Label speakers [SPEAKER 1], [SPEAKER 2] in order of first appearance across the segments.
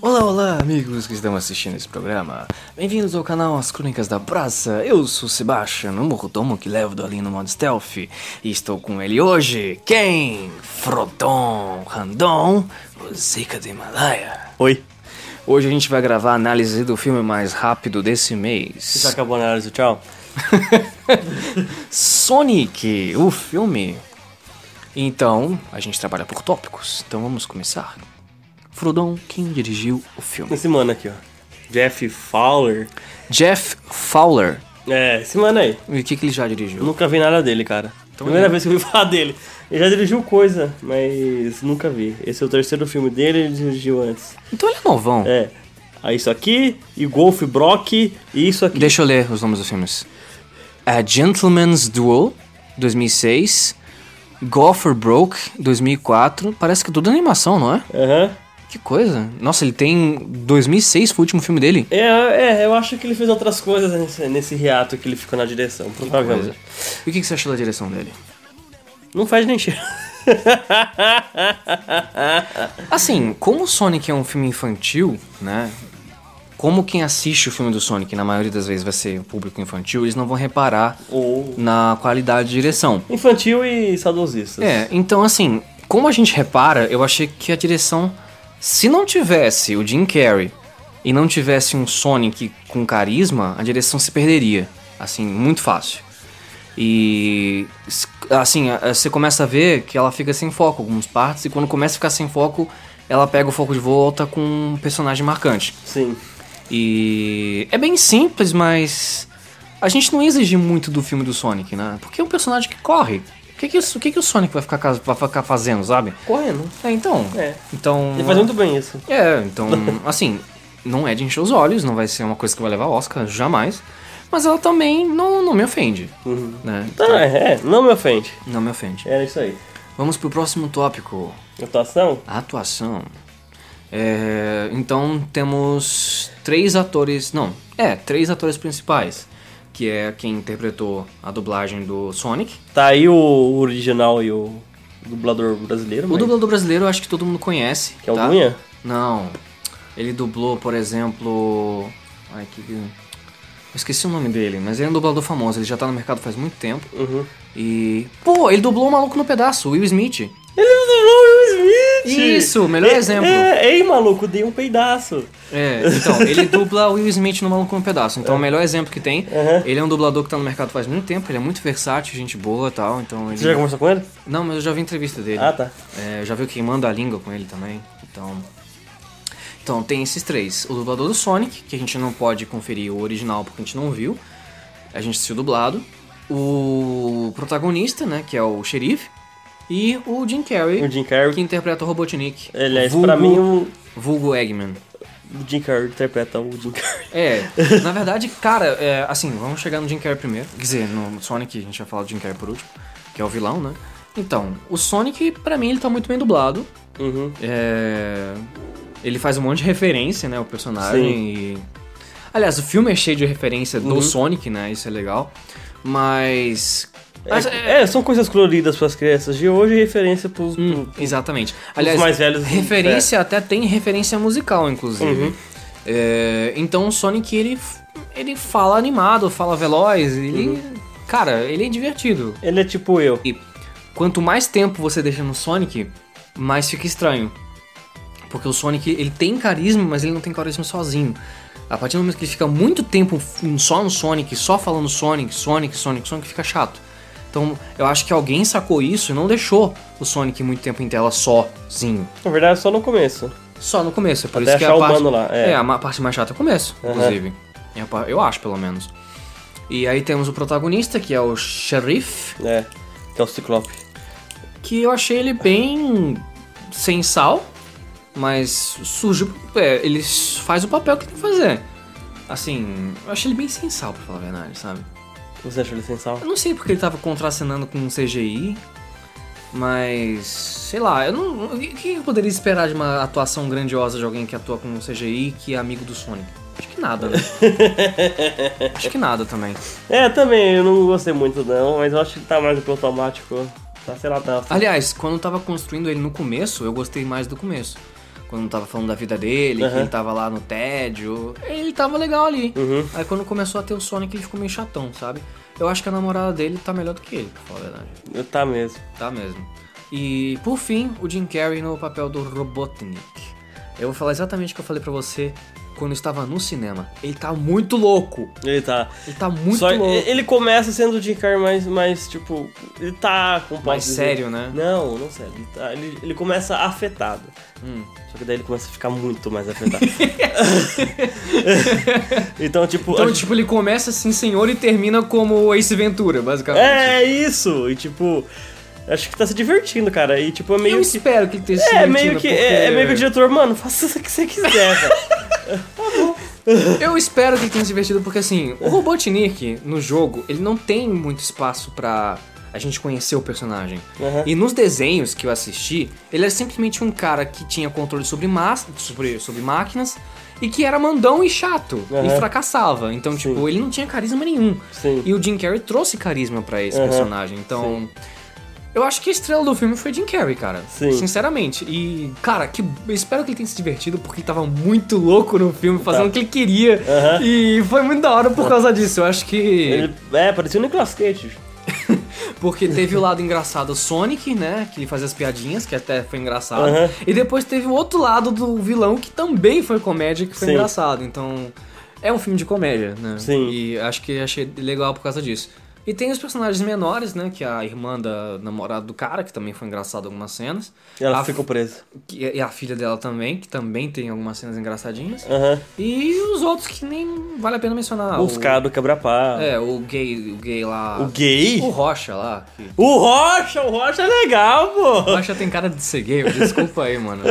[SPEAKER 1] Olá, olá, amigos que estão assistindo esse programa. Bem-vindos ao canal As Crônicas da Praça. Eu sou o Sebastian, o mordomo que levo do no modo stealth. E estou com ele hoje, quem? Frodon Randon, o Zika do Himalaia.
[SPEAKER 2] Oi.
[SPEAKER 1] Hoje a gente vai gravar a análise do filme mais rápido desse
[SPEAKER 2] Já
[SPEAKER 1] mês.
[SPEAKER 2] acabou a análise, tchau.
[SPEAKER 1] Sonic, o filme. Então, a gente trabalha por tópicos, então vamos começar. Frodon, quem dirigiu o filme?
[SPEAKER 2] Esse mano aqui, ó. Jeff Fowler.
[SPEAKER 1] Jeff Fowler.
[SPEAKER 2] É, esse mano aí.
[SPEAKER 1] E o que, que ele já dirigiu?
[SPEAKER 2] Nunca vi nada dele, cara. Primeira vez que eu vi falar dele. Ele já dirigiu coisa, mas nunca vi. Esse é o terceiro filme dele, ele dirigiu antes.
[SPEAKER 1] Então ele é novão.
[SPEAKER 2] É. Aí isso aqui, e Golf Brock, e isso aqui.
[SPEAKER 1] Deixa eu ler os nomes dos filmes. A Gentleman's Duel, 2006. Gopher Broke, 2004. Parece que tudo é animação, não é?
[SPEAKER 2] Aham.
[SPEAKER 1] Que coisa. Nossa, ele tem... 2006 foi o último filme dele.
[SPEAKER 2] É, é, eu acho que ele fez outras coisas nesse, nesse reato que ele ficou na direção, provavelmente.
[SPEAKER 1] Coisa. E o que, que você achou da direção dele?
[SPEAKER 2] Não faz nem cheiro.
[SPEAKER 1] Assim, como o Sonic é um filme infantil, né? Como quem assiste o filme do Sonic, na maioria das vezes vai ser o público infantil, eles não vão reparar
[SPEAKER 2] Ou
[SPEAKER 1] na qualidade de direção.
[SPEAKER 2] infantil e saudosistas.
[SPEAKER 1] É, então assim, como a gente repara, eu achei que a direção, se não tivesse o Jim Carrey e não tivesse um Sonic com carisma, a direção se perderia, assim, muito fácil. E s- assim, a- você começa a ver que ela fica sem foco em algumas partes e quando começa a ficar sem foco, ela pega o foco de volta com um personagem marcante.
[SPEAKER 2] Sim.
[SPEAKER 1] E é bem simples, mas a gente não exige muito do filme do Sonic, né? Porque é um personagem que corre. O que que, isso- o, que que o Sonic vai ficar, cas- vai ficar fazendo, sabe?
[SPEAKER 2] Correndo.
[SPEAKER 1] É, então.
[SPEAKER 2] É.
[SPEAKER 1] Então.
[SPEAKER 2] Ele faz muito bem isso.
[SPEAKER 1] É, então, assim, não é de encher os olhos, não vai ser uma coisa que vai levar Oscar, jamais. Mas ela também não, não me ofende,
[SPEAKER 2] Uhum.
[SPEAKER 1] né?
[SPEAKER 2] Tá, é, é, não me ofende.
[SPEAKER 1] Não me ofende.
[SPEAKER 2] Era isso aí.
[SPEAKER 1] Vamos pro próximo tópico.
[SPEAKER 2] Atuação?
[SPEAKER 1] A atuação. É, então temos três atores. Não, é, três atores principais. Que é quem interpretou a dublagem do Sonic.
[SPEAKER 2] Tá aí o original e o dublador brasileiro,
[SPEAKER 1] O
[SPEAKER 2] mas...
[SPEAKER 1] dublador brasileiro eu acho que todo mundo conhece.
[SPEAKER 2] Que é o
[SPEAKER 1] tá?
[SPEAKER 2] Gunha?
[SPEAKER 1] Não. Ele dublou, por exemplo. Ai, que. Eu esqueci o nome dele, mas ele é um dublador famoso, ele já tá no mercado faz muito tempo.
[SPEAKER 2] Uhum.
[SPEAKER 1] E. Pô, ele dublou o maluco no pedaço, o Will Smith.
[SPEAKER 2] Ele não dublou o Will Smith!
[SPEAKER 1] Isso, melhor
[SPEAKER 2] É,
[SPEAKER 1] exemplo.
[SPEAKER 2] É, ei, maluco, dei um peidaço.
[SPEAKER 1] É, então, ele dubla o Will Smith no Maluco no Pedaço. Então, o melhor exemplo que tem. Ele é um dublador que tá no mercado faz muito tempo, ele é muito versátil, gente boa e tal. Então, ele.
[SPEAKER 2] Você já conversou com ele?
[SPEAKER 1] Não, mas eu já vi entrevista dele.
[SPEAKER 2] Ah, tá.
[SPEAKER 1] É, eu já vi o Queimando a Língua com ele também. Então. Então, tem esses três: o dublador do Sonic, que a gente não pode conferir o original porque a gente não viu. A gente assistiu dublado. O protagonista, né, que é o xerife. E o Jim
[SPEAKER 2] O
[SPEAKER 1] Carrey,
[SPEAKER 2] Jim Carrey.
[SPEAKER 1] que interpreta o Robotnik.
[SPEAKER 2] Ele é,
[SPEAKER 1] vulgo,
[SPEAKER 2] pra mim, o
[SPEAKER 1] Vulgo Eggman.
[SPEAKER 2] o Jim Carrey interpreta o Jim Carrey.
[SPEAKER 1] É, na verdade, cara, é, assim, vamos chegar no Jim Carrey primeiro. Quer dizer, no Sonic, a gente vai falar do Jim Carrey por último, que é o vilão, né? Então, o Sonic, pra mim, ele tá muito bem dublado.
[SPEAKER 2] Uhum.
[SPEAKER 1] É, Ele faz um monte de referência, né, o personagem. e- Aliás, o filme é cheio de referência do Sonic, né? Isso é legal. Mas... mas é-
[SPEAKER 2] É, são coisas coloridas pras crianças de hoje e referência pros...
[SPEAKER 1] Hum,
[SPEAKER 2] pro-
[SPEAKER 1] exatamente. Aliás,
[SPEAKER 2] mais velhos do
[SPEAKER 1] referência até tem referência musical, inclusive. É, então o Sonic ele, ele fala animado, fala veloz, ele. Cara, ele é divertido.
[SPEAKER 2] Ele é tipo eu.
[SPEAKER 1] E quanto mais tempo você deixa no Sonic, mais fica estranho. Porque o Sonic ele tem carisma, mas ele não tem carisma sozinho. A partir do momento que ele fica muito tempo só no Sonic, só falando Sonic, Sonic, Sonic, Sonic, fica chato. Então eu acho que alguém sacou isso e não deixou o Sonic muito tempo em tela sozinho.
[SPEAKER 2] Na verdade, só no começo.
[SPEAKER 1] Só no começo, é por
[SPEAKER 2] Até
[SPEAKER 1] isso que é
[SPEAKER 2] achar
[SPEAKER 1] a
[SPEAKER 2] o
[SPEAKER 1] parte,
[SPEAKER 2] humano lá, é.
[SPEAKER 1] a ma- parte mais chata é o começo, inclusive. É a pa- Eu acho, pelo menos. E aí temos o protagonista, que é o Sheriff,
[SPEAKER 2] É. Que é o Ciclope.
[SPEAKER 1] que eu achei ele bem sem sal, mas surge, é, ele faz o papel que tem que fazer. Assim, eu achei ele bem sem sal, pra falar a verdade, sabe?
[SPEAKER 2] Você achou ele sem sal?
[SPEAKER 1] Eu não sei porque ele tava contracenando com um CGI, mas sei lá, eu não. O que o que eu poderia esperar de uma atuação grandiosa de alguém que atua com um CGI que é amigo do Sonic? Acho que nada, né? Acho que nada também.
[SPEAKER 2] É, também, eu não gostei muito não, mas eu acho que tá mais pro automático. Tá, sei lá, tá.
[SPEAKER 1] Aliás, quando eu tava construindo ele no começo, eu gostei mais do começo. Quando tava falando da vida dele, que
[SPEAKER 2] Aham.
[SPEAKER 1] ele tava lá no tédio. Ele tava legal ali.
[SPEAKER 2] Uhum.
[SPEAKER 1] Aí quando começou a ter o Sonic, ele ficou meio chatão, sabe? Eu acho que a namorada dele tá melhor do que ele, pra falar a verdade.
[SPEAKER 2] Tá mesmo.
[SPEAKER 1] Tá mesmo. E por fim, o Jim Carrey no papel do Robotnik. Eu vou falar exatamente o que eu falei pra você quando eu estava no cinema. Ele tá muito louco.
[SPEAKER 2] Ele tá.
[SPEAKER 1] Ele tá muito
[SPEAKER 2] Só- É,
[SPEAKER 1] louco.
[SPEAKER 2] Ele começa sendo o Jim Carrey mais, mais tipo. Ele tá com posso
[SPEAKER 1] Mais
[SPEAKER 2] dizer-
[SPEAKER 1] sério, né?
[SPEAKER 2] Não, não sério. Ele, tá- ele- ele começa afetado.
[SPEAKER 1] Hum.
[SPEAKER 2] Só que daí ele começa a ficar muito mais afetado. então, tipo. a
[SPEAKER 1] Então,
[SPEAKER 2] gente-
[SPEAKER 1] tipo, ele começa assim, senhor, e termina como Ace Ventura, basicamente.
[SPEAKER 2] É isso! E tipo. Acho que tá se divertindo, cara. E tipo, é meio
[SPEAKER 1] eu
[SPEAKER 2] que.
[SPEAKER 1] espero que ele tenha se
[SPEAKER 2] É,
[SPEAKER 1] divertido,
[SPEAKER 2] meio que.
[SPEAKER 1] porque-
[SPEAKER 2] É, é meio que o diretor, mano, faça o que você quiser, velho.
[SPEAKER 1] Eu espero que ele tenha se divertido, porque assim, o Robotnik, no jogo, ele não tem muito espaço pra a gente conhecer o personagem.
[SPEAKER 2] Aham.
[SPEAKER 1] E nos desenhos que eu assisti, ele era simplesmente um cara que tinha controle sobre, mas, sobre, sobre máquinas e que era mandão e chato
[SPEAKER 2] Aham.
[SPEAKER 1] e fracassava. Então,
[SPEAKER 2] Sim.
[SPEAKER 1] tipo, ele não tinha carisma nenhum.
[SPEAKER 2] Sim.
[SPEAKER 1] E o Jim Carrey trouxe carisma pra esse
[SPEAKER 2] Aham.
[SPEAKER 1] personagem. Então, eu acho que a estrela do filme foi Jim Carrey, cara.
[SPEAKER 2] Sim.
[SPEAKER 1] Sinceramente. E, cara, que eu espero que ele tenha se divertido porque ele tava muito louco no filme, fazendo o que ele queria.
[SPEAKER 2] Tá. Aham. Tá.
[SPEAKER 1] E foi muito da hora por causa disso. Eu acho que
[SPEAKER 2] Ele, é, parecia o Nicolas Cage.
[SPEAKER 1] porque teve o lado engraçado do Sonic, né? Que ele fazia as piadinhas, que até foi engraçado.
[SPEAKER 2] Aham.
[SPEAKER 1] E depois teve o outro lado do vilão, que também foi comédia, que foi
[SPEAKER 2] Sim.
[SPEAKER 1] engraçado. Então, é um filme de comédia, né?
[SPEAKER 2] Sim.
[SPEAKER 1] E acho que achei legal por causa disso. E tem os personagens menores, né? Que é a irmã da namorada do cara, que também foi engraçado algumas cenas.
[SPEAKER 2] E ela
[SPEAKER 1] A-
[SPEAKER 2] ficou presa.
[SPEAKER 1] que- E a filha dela também, que também tem algumas cenas engraçadinhas.
[SPEAKER 2] Aham.
[SPEAKER 1] E os outros que nem vale a pena mencionar.
[SPEAKER 2] Os caras do quebra-pau.
[SPEAKER 1] Ah, O, é, o gay, o gay lá.
[SPEAKER 2] O gay?
[SPEAKER 1] O Rocha lá. que-
[SPEAKER 2] O Rocha, o Rocha é legal, pô.
[SPEAKER 1] Rocha tem cara de ser gay, desculpa aí, mano.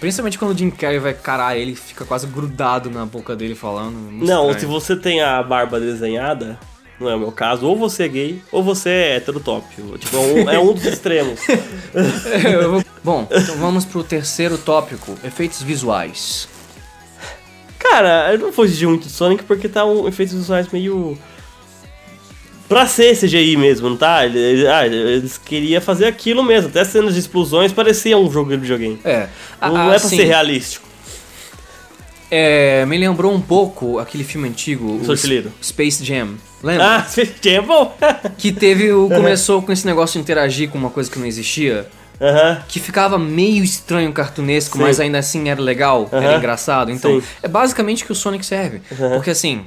[SPEAKER 1] Principalmente quando o Jim Carrey vai carar ele, fica quase grudado na boca dele falando. muito
[SPEAKER 2] Não, se
[SPEAKER 1] estranho.
[SPEAKER 2] você tem a barba desenhada, não é o meu caso, ou você é gay, ou você é hétero top. Tipo, é um, é um dos extremos.
[SPEAKER 1] Eu vou- Bom, então vamos pro terceiro tópico: efeitos visuais.
[SPEAKER 2] Cara, eu não vou exigir muito de Sonic porque tá um efeitos visuais meio. Pra ser CGI mesmo, não tá? Ele- ele- ah, Eles queriam fazer aquilo mesmo. Até cenas de explosões pareciam um jogo de videogame.
[SPEAKER 1] É. a-
[SPEAKER 2] Não
[SPEAKER 1] a-
[SPEAKER 2] é pra
[SPEAKER 1] assim,
[SPEAKER 2] ser realístico.
[SPEAKER 1] é, me lembrou um pouco aquele filme antigo, o
[SPEAKER 2] Sou artilheiro.
[SPEAKER 1] Space Jam. Lembra?
[SPEAKER 2] Ah, é bom.
[SPEAKER 1] Que teve o. Começou com esse negócio de interagir com uma coisa que não existia.
[SPEAKER 2] Aham.
[SPEAKER 1] que ficava meio estranho um cartunesco,
[SPEAKER 2] Sim.
[SPEAKER 1] mas ainda assim era legal,
[SPEAKER 2] Aham.
[SPEAKER 1] era engraçado. Então,
[SPEAKER 2] Sim.
[SPEAKER 1] é basicamente que o Sonic serve. Porque assim,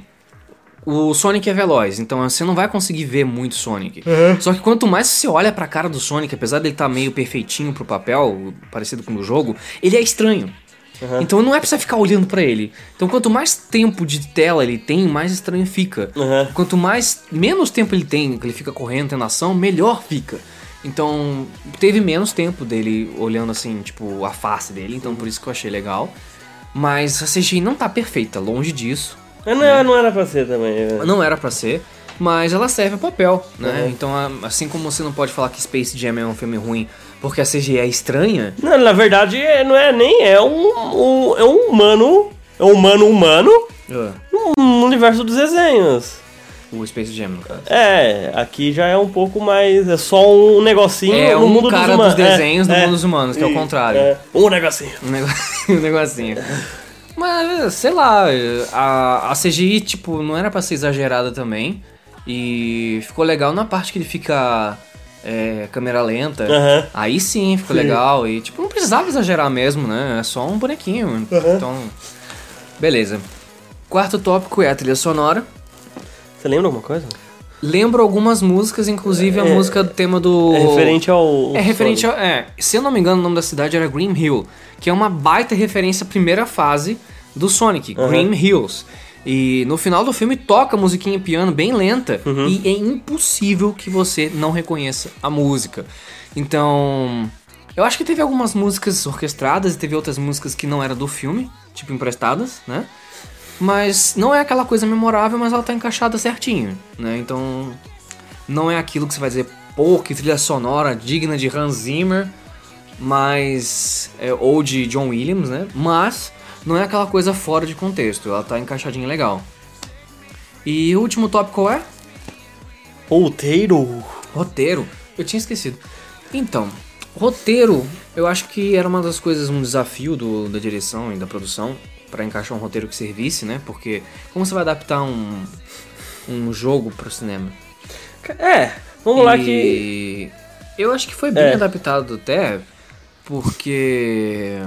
[SPEAKER 1] o Sonic é veloz, então você não vai conseguir ver muito Sonic. Só que quanto mais você olha pra cara do Sonic, apesar dele estar meio perfeitinho pro papel, parecido com o do jogo, ele é estranho. Então não é pra você ficar olhando pra ele. Então quanto mais tempo de tela ele tem, mais estranho fica.
[SPEAKER 2] Aham.
[SPEAKER 1] Quanto mais menos tempo ele tem, que ele fica correndo, tendo ação, melhor fica. Então, teve menos tempo dele olhando assim, tipo, a face dele, então por isso que eu achei legal. Mas a CGI não tá perfeita, longe disso.
[SPEAKER 2] Mas não, é, não era pra ser também. né?
[SPEAKER 1] Não era pra ser, mas ela serve a papel, né?
[SPEAKER 2] Uhum.
[SPEAKER 1] Então, a- assim como você não pode falar que Space Jam é um filme ruim porque a CGI é estranha,
[SPEAKER 2] Não, na verdade, é- não é nem. É um, um- é um humano. É um humano humano no universo dos desenhos.
[SPEAKER 1] o Space Jam, no caso.
[SPEAKER 2] É, aqui já é um pouco mais. É só um negocinho
[SPEAKER 1] É
[SPEAKER 2] no
[SPEAKER 1] um
[SPEAKER 2] mundo
[SPEAKER 1] cara
[SPEAKER 2] dos,
[SPEAKER 1] dos,
[SPEAKER 2] humanos. É,
[SPEAKER 1] desenhos do
[SPEAKER 2] é.
[SPEAKER 1] mundo dos humanos, que é o
[SPEAKER 2] Isso,
[SPEAKER 1] contrário.
[SPEAKER 2] é. Um negocinho.
[SPEAKER 1] Um negocinho. um negocinho. Mas, sei lá, a, a CGI, tipo, não era pra ser exagerada também. E ficou legal na parte que ele fica é, câmera lenta.
[SPEAKER 2] Aham.
[SPEAKER 1] Aí sim, ficou legal. E, tipo, não precisava exagerar mesmo, né? É só um bonequinho. Então, beleza. Quarto tópico é a trilha sonora.
[SPEAKER 2] Você lembra alguma coisa?
[SPEAKER 1] Lembro algumas músicas, inclusive a música do tema do...
[SPEAKER 2] É referente ao.
[SPEAKER 1] É referente ao, é, se eu não me engano, o nome da cidade era Green Hill, que é uma baita referência à primeira fase do Sonic,
[SPEAKER 2] Aham.
[SPEAKER 1] Green Hills. E no final do filme toca a musiquinha em piano bem lenta e é impossível que você não reconheça a música. Então, eu acho que teve algumas músicas orquestradas e teve outras músicas que não eram do filme, tipo emprestadas, né? Mas não é aquela coisa memorável, mas ela tá encaixada certinho, né? Então, não é aquilo que você vai dizer, pô, que trilha sonora digna de Hans Zimmer, mas. é, ou de John Williams, né? Mas não é aquela coisa fora de contexto, ela tá encaixadinha legal. E o último tópico qual é?
[SPEAKER 2] Outeiro.
[SPEAKER 1] Roteiro. Eu tinha esquecido. Então, Roteiro, eu acho que era uma das coisas, um desafio do, da direção e da produção para encaixar um roteiro que servisse, né? Porque como você vai adaptar um, um jogo pro cinema?
[SPEAKER 2] É, vamos lá
[SPEAKER 1] E
[SPEAKER 2] que.
[SPEAKER 1] Eu acho que foi bem
[SPEAKER 2] É.
[SPEAKER 1] adaptado até, porque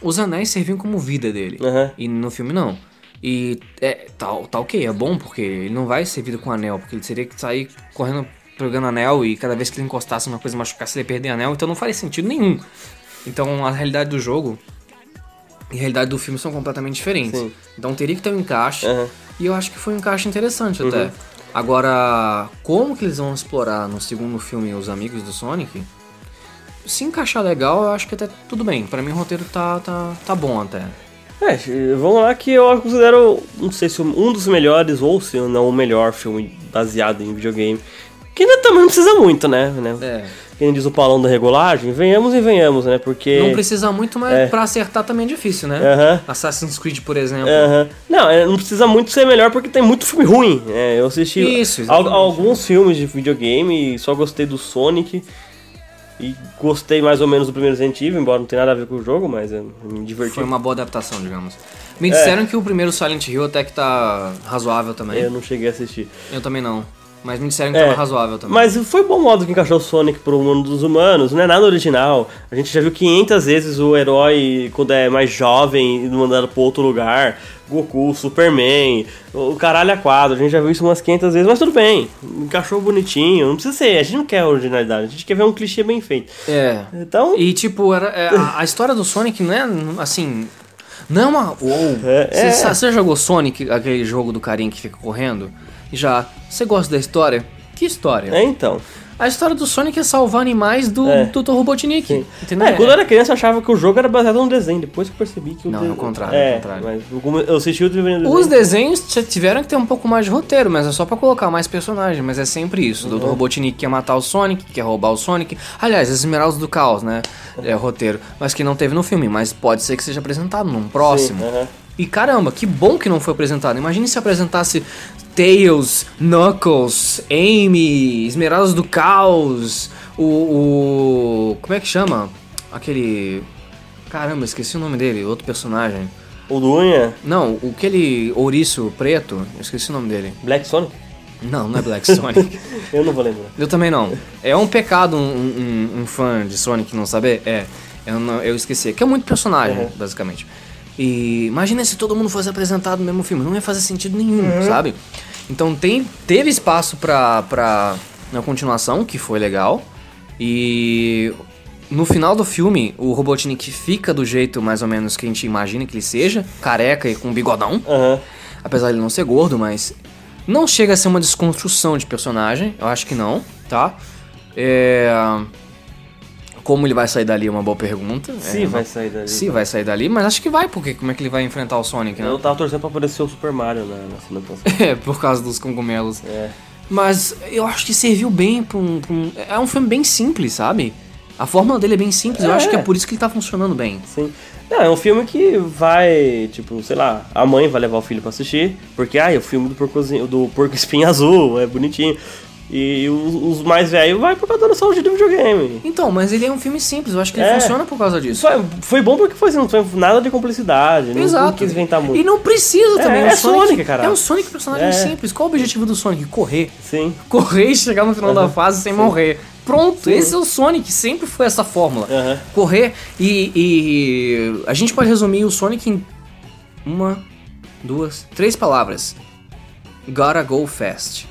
[SPEAKER 1] os anéis serviam como vida dele.
[SPEAKER 2] Aham.
[SPEAKER 1] E no filme não. E é, tá, tá ok, é bom porque ele não vai ser vida com anel, porque ele teria que sair correndo, pegando anel e cada vez que ele encostasse uma coisa machucasse, ele ia perder anel, então não faria sentido nenhum. Então a realidade do jogo e a realidade do filme são completamente diferentes.
[SPEAKER 2] Sim.
[SPEAKER 1] Então teria que ter um encaixe.
[SPEAKER 2] Aham. Uhum.
[SPEAKER 1] E eu acho que foi um encaixe interessante até. Agora, como que eles vão explorar no segundo filme os amigos do Sonic? Se encaixar legal, eu acho que até tudo bem. Pra mim o roteiro tá, tá, tá bom até.
[SPEAKER 2] É, vamos lá que eu considero, não sei se um dos melhores ou se não o melhor filme baseado em videogame. Que ainda também não precisa muito, né? né?
[SPEAKER 1] É.
[SPEAKER 2] Quem diz o palão da regulagem, venhamos e venhamos, né? Porque.
[SPEAKER 1] Não precisa muito, mas
[SPEAKER 2] É.
[SPEAKER 1] pra acertar também é difícil, né?
[SPEAKER 2] Aham.
[SPEAKER 1] Assassin's Creed, por exemplo.
[SPEAKER 2] Aham. Não, é, não precisa muito ser melhor porque tem muito filme ruim. É, eu assisti
[SPEAKER 1] Isso,
[SPEAKER 2] al-
[SPEAKER 1] exatamente.
[SPEAKER 2] alguns filmes de videogame e só gostei do Sonic. E gostei mais ou menos do primeiro Resident Evil, embora não tenha nada a ver com o jogo, mas é, me diverti.
[SPEAKER 1] Foi uma boa adaptação, digamos. Me disseram
[SPEAKER 2] É.
[SPEAKER 1] que o primeiro Silent Hill até que tá razoável também.
[SPEAKER 2] Eu não cheguei a assistir.
[SPEAKER 1] Eu também não. Mas me disseram que tava razoável também.
[SPEAKER 2] É. Mas foi bom modo que encaixou o Sonic pro mundo dos humanos, não é nada original. A gente já viu 500 vezes o herói quando é mais jovem e mandado pro outro lugar. Goku, Superman, o caralho a quadro. A gente já viu isso umas 500 vezes, mas tudo bem. Encaixou bonitinho, não precisa ser. A gente não quer originalidade, a gente quer ver um clichê bem feito.
[SPEAKER 1] É.
[SPEAKER 2] Então,
[SPEAKER 1] E tipo, era, é, a, a história do Sonic não é assim. Não é uma. Uou!
[SPEAKER 2] É, é.
[SPEAKER 1] Você já jogou Sonic, aquele jogo do carinha que fica correndo? Já. Você gosta da história? Que história?
[SPEAKER 2] é então.
[SPEAKER 1] A história do Sonic é salvar animais do
[SPEAKER 2] É.
[SPEAKER 1] Dr. Robotnik. Entendeu?
[SPEAKER 2] É, quando eu era criança eu achava que o jogo era baseado num desenho, depois que eu percebi que o
[SPEAKER 1] Não, é o
[SPEAKER 2] desenho...
[SPEAKER 1] contrário,
[SPEAKER 2] é
[SPEAKER 1] é o contrário.
[SPEAKER 2] Mas eu come- eu assisti o desenho.
[SPEAKER 1] Os desenhos t- tiveram que ter um pouco mais de roteiro, mas é só pra colocar mais personagens, mas é sempre isso. O Dr. Robotnik quer matar o Sonic, quer roubar o Sonic. Aliás, as Esmeraldas do Caos, né? É o roteiro. Mas que não teve no filme, mas pode ser que seja apresentado num próximo.
[SPEAKER 2] aham.
[SPEAKER 1] E caramba, que bom que não foi apresentado. Imagine se apresentasse Tails, Knuckles, Amy, Esmeraldas do Caos, o. o como é que chama? Aquele. Caramba, esqueci o nome dele, outro personagem.
[SPEAKER 2] O do Unha,
[SPEAKER 1] Não, o- aquele ouriço preto, eu esqueci o nome dele.
[SPEAKER 2] Black Sonic,
[SPEAKER 1] Não, não é Black Sonic.
[SPEAKER 2] eu não vou lembrar.
[SPEAKER 1] eu também não. É um pecado um, um- um fã de Sonic não saber? É. Eu, não- eu esqueci. Que é muito personagem, basicamente. E imagina se todo mundo fosse apresentado no mesmo filme. Não ia fazer sentido nenhum, sabe? Então tem, teve espaço pra, pra. na continuação, que foi legal. E no final do filme, o Robotnik fica do jeito mais ou menos que a gente imagina que ele seja, careca e com bigodão.
[SPEAKER 2] Aham.
[SPEAKER 1] Apesar de ele não ser gordo, mas não chega a ser uma desconstrução de personagem, eu acho que não, tá? É... Como ele vai sair dali é uma boa pergunta.
[SPEAKER 2] Se
[SPEAKER 1] É,
[SPEAKER 2] vai
[SPEAKER 1] uma-
[SPEAKER 2] sair dali.
[SPEAKER 1] Se vai sair dali, mas acho que vai, porque como é que ele vai enfrentar o Sonic, né?
[SPEAKER 2] Eu tava torcendo pra aparecer o Super Mario na, na cena do passado.
[SPEAKER 1] É, por causa dos cogumelos.
[SPEAKER 2] É.
[SPEAKER 1] Mas eu acho que serviu bem pra um, pra um- É um filme bem simples, sabe? A fórmula dele é bem simples, eu
[SPEAKER 2] É.
[SPEAKER 1] acho que é por isso que ele tá funcionando bem.
[SPEAKER 2] Sim. Não, é um filme que vai, tipo, sei lá, a mãe vai levar o filho pra assistir, porque, ai, o filme do porcozinho, do porco espinho azul, é bonitinho. E os, os mais velhos vai por causa da nostalgia do videogame.
[SPEAKER 1] Então, mas ele é um filme simples, eu acho que ele
[SPEAKER 2] É.
[SPEAKER 1] funciona por causa disso.
[SPEAKER 2] Isso é- foi bom porque foi assim, não foi nada de complexidade, não- não
[SPEAKER 1] Exato.
[SPEAKER 2] quis inventar muito.
[SPEAKER 1] E não precisa
[SPEAKER 2] É,
[SPEAKER 1] também. o
[SPEAKER 2] é Sonic, caralho.
[SPEAKER 1] É um Sonic personagem
[SPEAKER 2] É.
[SPEAKER 1] simples. Qual o objetivo do Sonic? Correr.
[SPEAKER 2] Sim.
[SPEAKER 1] Correr e chegar no final da fase sem morrer. Pronto,
[SPEAKER 2] Sim.
[SPEAKER 1] esse é o Sonic, sempre foi essa fórmula.
[SPEAKER 2] Aham.
[SPEAKER 1] Correr e, e. A gente pode resumir o Sonic em uma, duas, três palavras. Gotta go fast.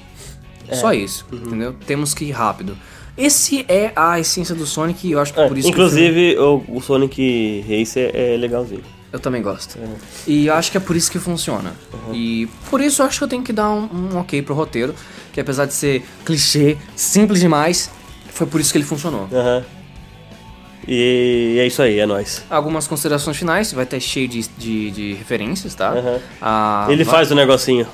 [SPEAKER 2] É.
[SPEAKER 1] Só isso,
[SPEAKER 2] Uhum.
[SPEAKER 1] entendeu? Temos que ir rápido. Esse é a essência do Sonic e eu acho que
[SPEAKER 2] É,
[SPEAKER 1] por isso que o filme-
[SPEAKER 2] inclusive, o, o Sonic Racer é legalzinho.
[SPEAKER 1] eu também gosto. E eu acho que é Uhum. por isso que funciona. E por isso eu acho que eu tenho que dar um, um ok pro roteiro, que apesar de ser clichê, simples demais, foi por isso que ele funcionou.
[SPEAKER 2] Aham. E é isso aí, é nóis.
[SPEAKER 1] Algumas considerações finais, vai ter cheio de, de, de referências, tá?
[SPEAKER 2] Aham.
[SPEAKER 1] Ah,
[SPEAKER 2] ele
[SPEAKER 1] vai-
[SPEAKER 2] faz o negocinho.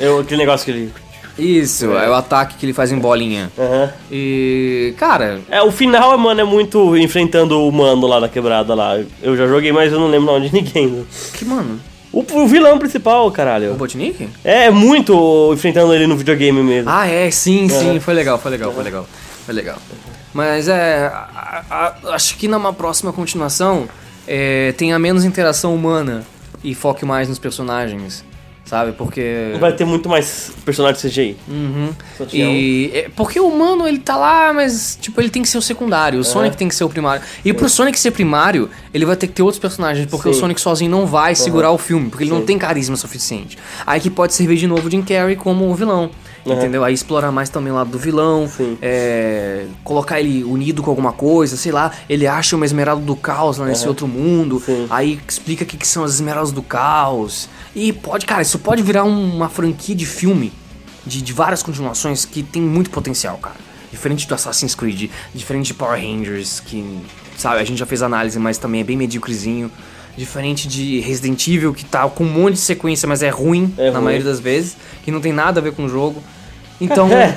[SPEAKER 2] Eu, aquele negócio que ele.
[SPEAKER 1] Isso, é. o ataque que ele faz em bolinha.
[SPEAKER 2] Aham.
[SPEAKER 1] E, cara,
[SPEAKER 2] É, o final, mano, é muito enfrentando o mano lá da quebrada lá. Eu já joguei, mas eu não lembro o nome de ninguém. né?
[SPEAKER 1] que mano,
[SPEAKER 2] O, o vilão principal, caralho.
[SPEAKER 1] Robotnik?
[SPEAKER 2] É, é muito enfrentando ele no videogame mesmo.
[SPEAKER 1] Ah, é, sim, sim, foi legal, foi legal, foi legal. Foi legal. Mas é. a- a- acho que numa próxima continuação é, tenha menos interação humana e foque mais nos personagens. Sabe? Porque.
[SPEAKER 2] Vai ter muito mais personagens CGI.
[SPEAKER 1] Uhum.
[SPEAKER 2] Só tinha
[SPEAKER 1] E é, porque o humano ele tá lá, mas tipo, ele tem que ser o
[SPEAKER 2] É.
[SPEAKER 1] secundário, o Sonic tem que ser o primário. E pro Sonic ser primário, ele vai ter que ter outros personagens, porque
[SPEAKER 2] Sim.
[SPEAKER 1] o Sonic sozinho não vai segurar o filme, porque ele não
[SPEAKER 2] Sim.
[SPEAKER 1] tem carisma suficiente. Aí que pode servir de novo o Jim Carrey como o vilão.
[SPEAKER 2] Uhum.
[SPEAKER 1] Entendeu? Aí explorar mais também o lado do vilão,
[SPEAKER 2] Sim.
[SPEAKER 1] é, colocar ele unido com alguma coisa, sei lá, ele acha uma esmeralda do caos lá nesse outro mundo,
[SPEAKER 2] Sim.
[SPEAKER 1] aí explica o que, que são as esmeraldas do caos. E pode, cara, isso pode virar um- uma franquia de filme, de, de várias continuações que tem muito potencial, cara. Diferente do Assassin's Creed, diferente de Power Rangers, que, sabe, a gente já fez análise, mas também é bem medíocrezinho. Diferente de Resident Evil, que tá com um monte de sequência, mas é ruim
[SPEAKER 2] É
[SPEAKER 1] na
[SPEAKER 2] ruim.
[SPEAKER 1] maioria das vezes, que não tem nada a ver com o jogo. Então,
[SPEAKER 2] É.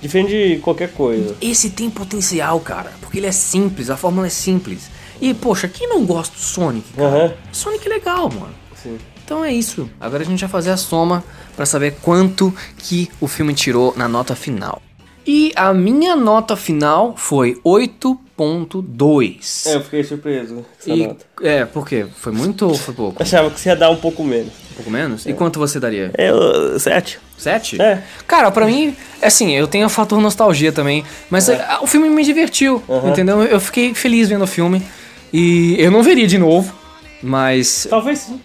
[SPEAKER 2] Diferente de qualquer coisa.
[SPEAKER 1] esse tem potencial, cara, porque ele é simples, a fórmula é simples. E, poxa, quem não gosta do Sonic? cara?
[SPEAKER 2] Aham.
[SPEAKER 1] Sonic é legal, mano.
[SPEAKER 2] Sim.
[SPEAKER 1] Então é isso. Agora a gente vai fazer a soma pra saber quanto que o filme tirou na nota final. E a minha nota final foi 8.2.
[SPEAKER 2] É, eu fiquei surpreso com essa
[SPEAKER 1] E-
[SPEAKER 2] nota.
[SPEAKER 1] é, por quê? Foi muito ou foi pouco?
[SPEAKER 2] Achava que você ia dar um pouco menos.
[SPEAKER 1] Um pouco menos? E quanto você daria?
[SPEAKER 2] É, sete.
[SPEAKER 1] Sete?
[SPEAKER 2] É.
[SPEAKER 1] Cara, pra mim, assim, eu tenho o fator nostalgia também, mas
[SPEAKER 2] É.
[SPEAKER 1] eh, o filme me divertiu, entendeu? Eu fiquei feliz vendo o filme e eu não veria de novo, mas
[SPEAKER 2] Talvez sim.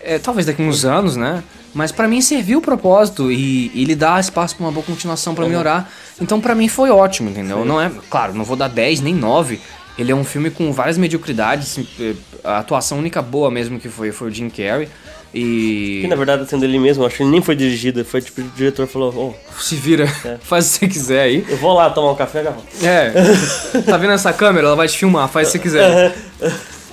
[SPEAKER 1] é, talvez daqui uns anos, né? Mas pra mim serviu o propósito e, e ele dá espaço pra uma boa continuação pra melhorar. Então pra mim foi ótimo, entendeu? Não é, claro, não vou dar 10 nem 9. Ele é um filme com várias mediocridades, eh, a atuação única boa mesmo que foi foi o Jim Carrey e
[SPEAKER 2] Que na verdade, sendo ele mesmo, acho que ele nem foi dirigido. Foi tipo, o diretor falou: Ô,
[SPEAKER 1] se vira,
[SPEAKER 2] É.
[SPEAKER 1] faz o que você quiser aí.
[SPEAKER 2] eu vou lá tomar um café, garrão.
[SPEAKER 1] É. tá vendo essa câmera? Ela vai te filmar, faz se quiser.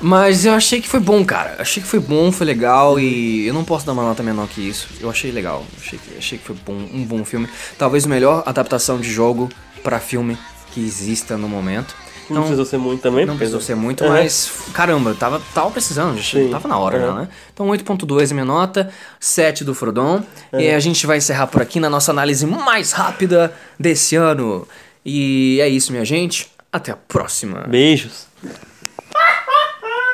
[SPEAKER 1] Mas eu achei que foi bom, cara. Achei que foi bom, foi legal e eu não posso dar uma nota menor que isso. Eu achei legal. Achei que, achei que foi bom, um bom filme. Talvez a melhor adaptação de jogo pra filme que exista no momento.
[SPEAKER 2] Não,
[SPEAKER 1] Então,
[SPEAKER 2] precisou ser muito também.
[SPEAKER 1] não precisou ser muito,
[SPEAKER 2] Aham.
[SPEAKER 1] mas caramba, tava, tava precisando, já che-
[SPEAKER 2] Sim.
[SPEAKER 1] tava na hora,
[SPEAKER 2] Aham.
[SPEAKER 1] né? Então 8.2 é minha nota, 7 do Frodon.
[SPEAKER 2] É.
[SPEAKER 1] E a gente vai encerrar por aqui na nossa análise mais rápida desse ano. E é isso, minha gente. Até a próxima.
[SPEAKER 2] Beijos.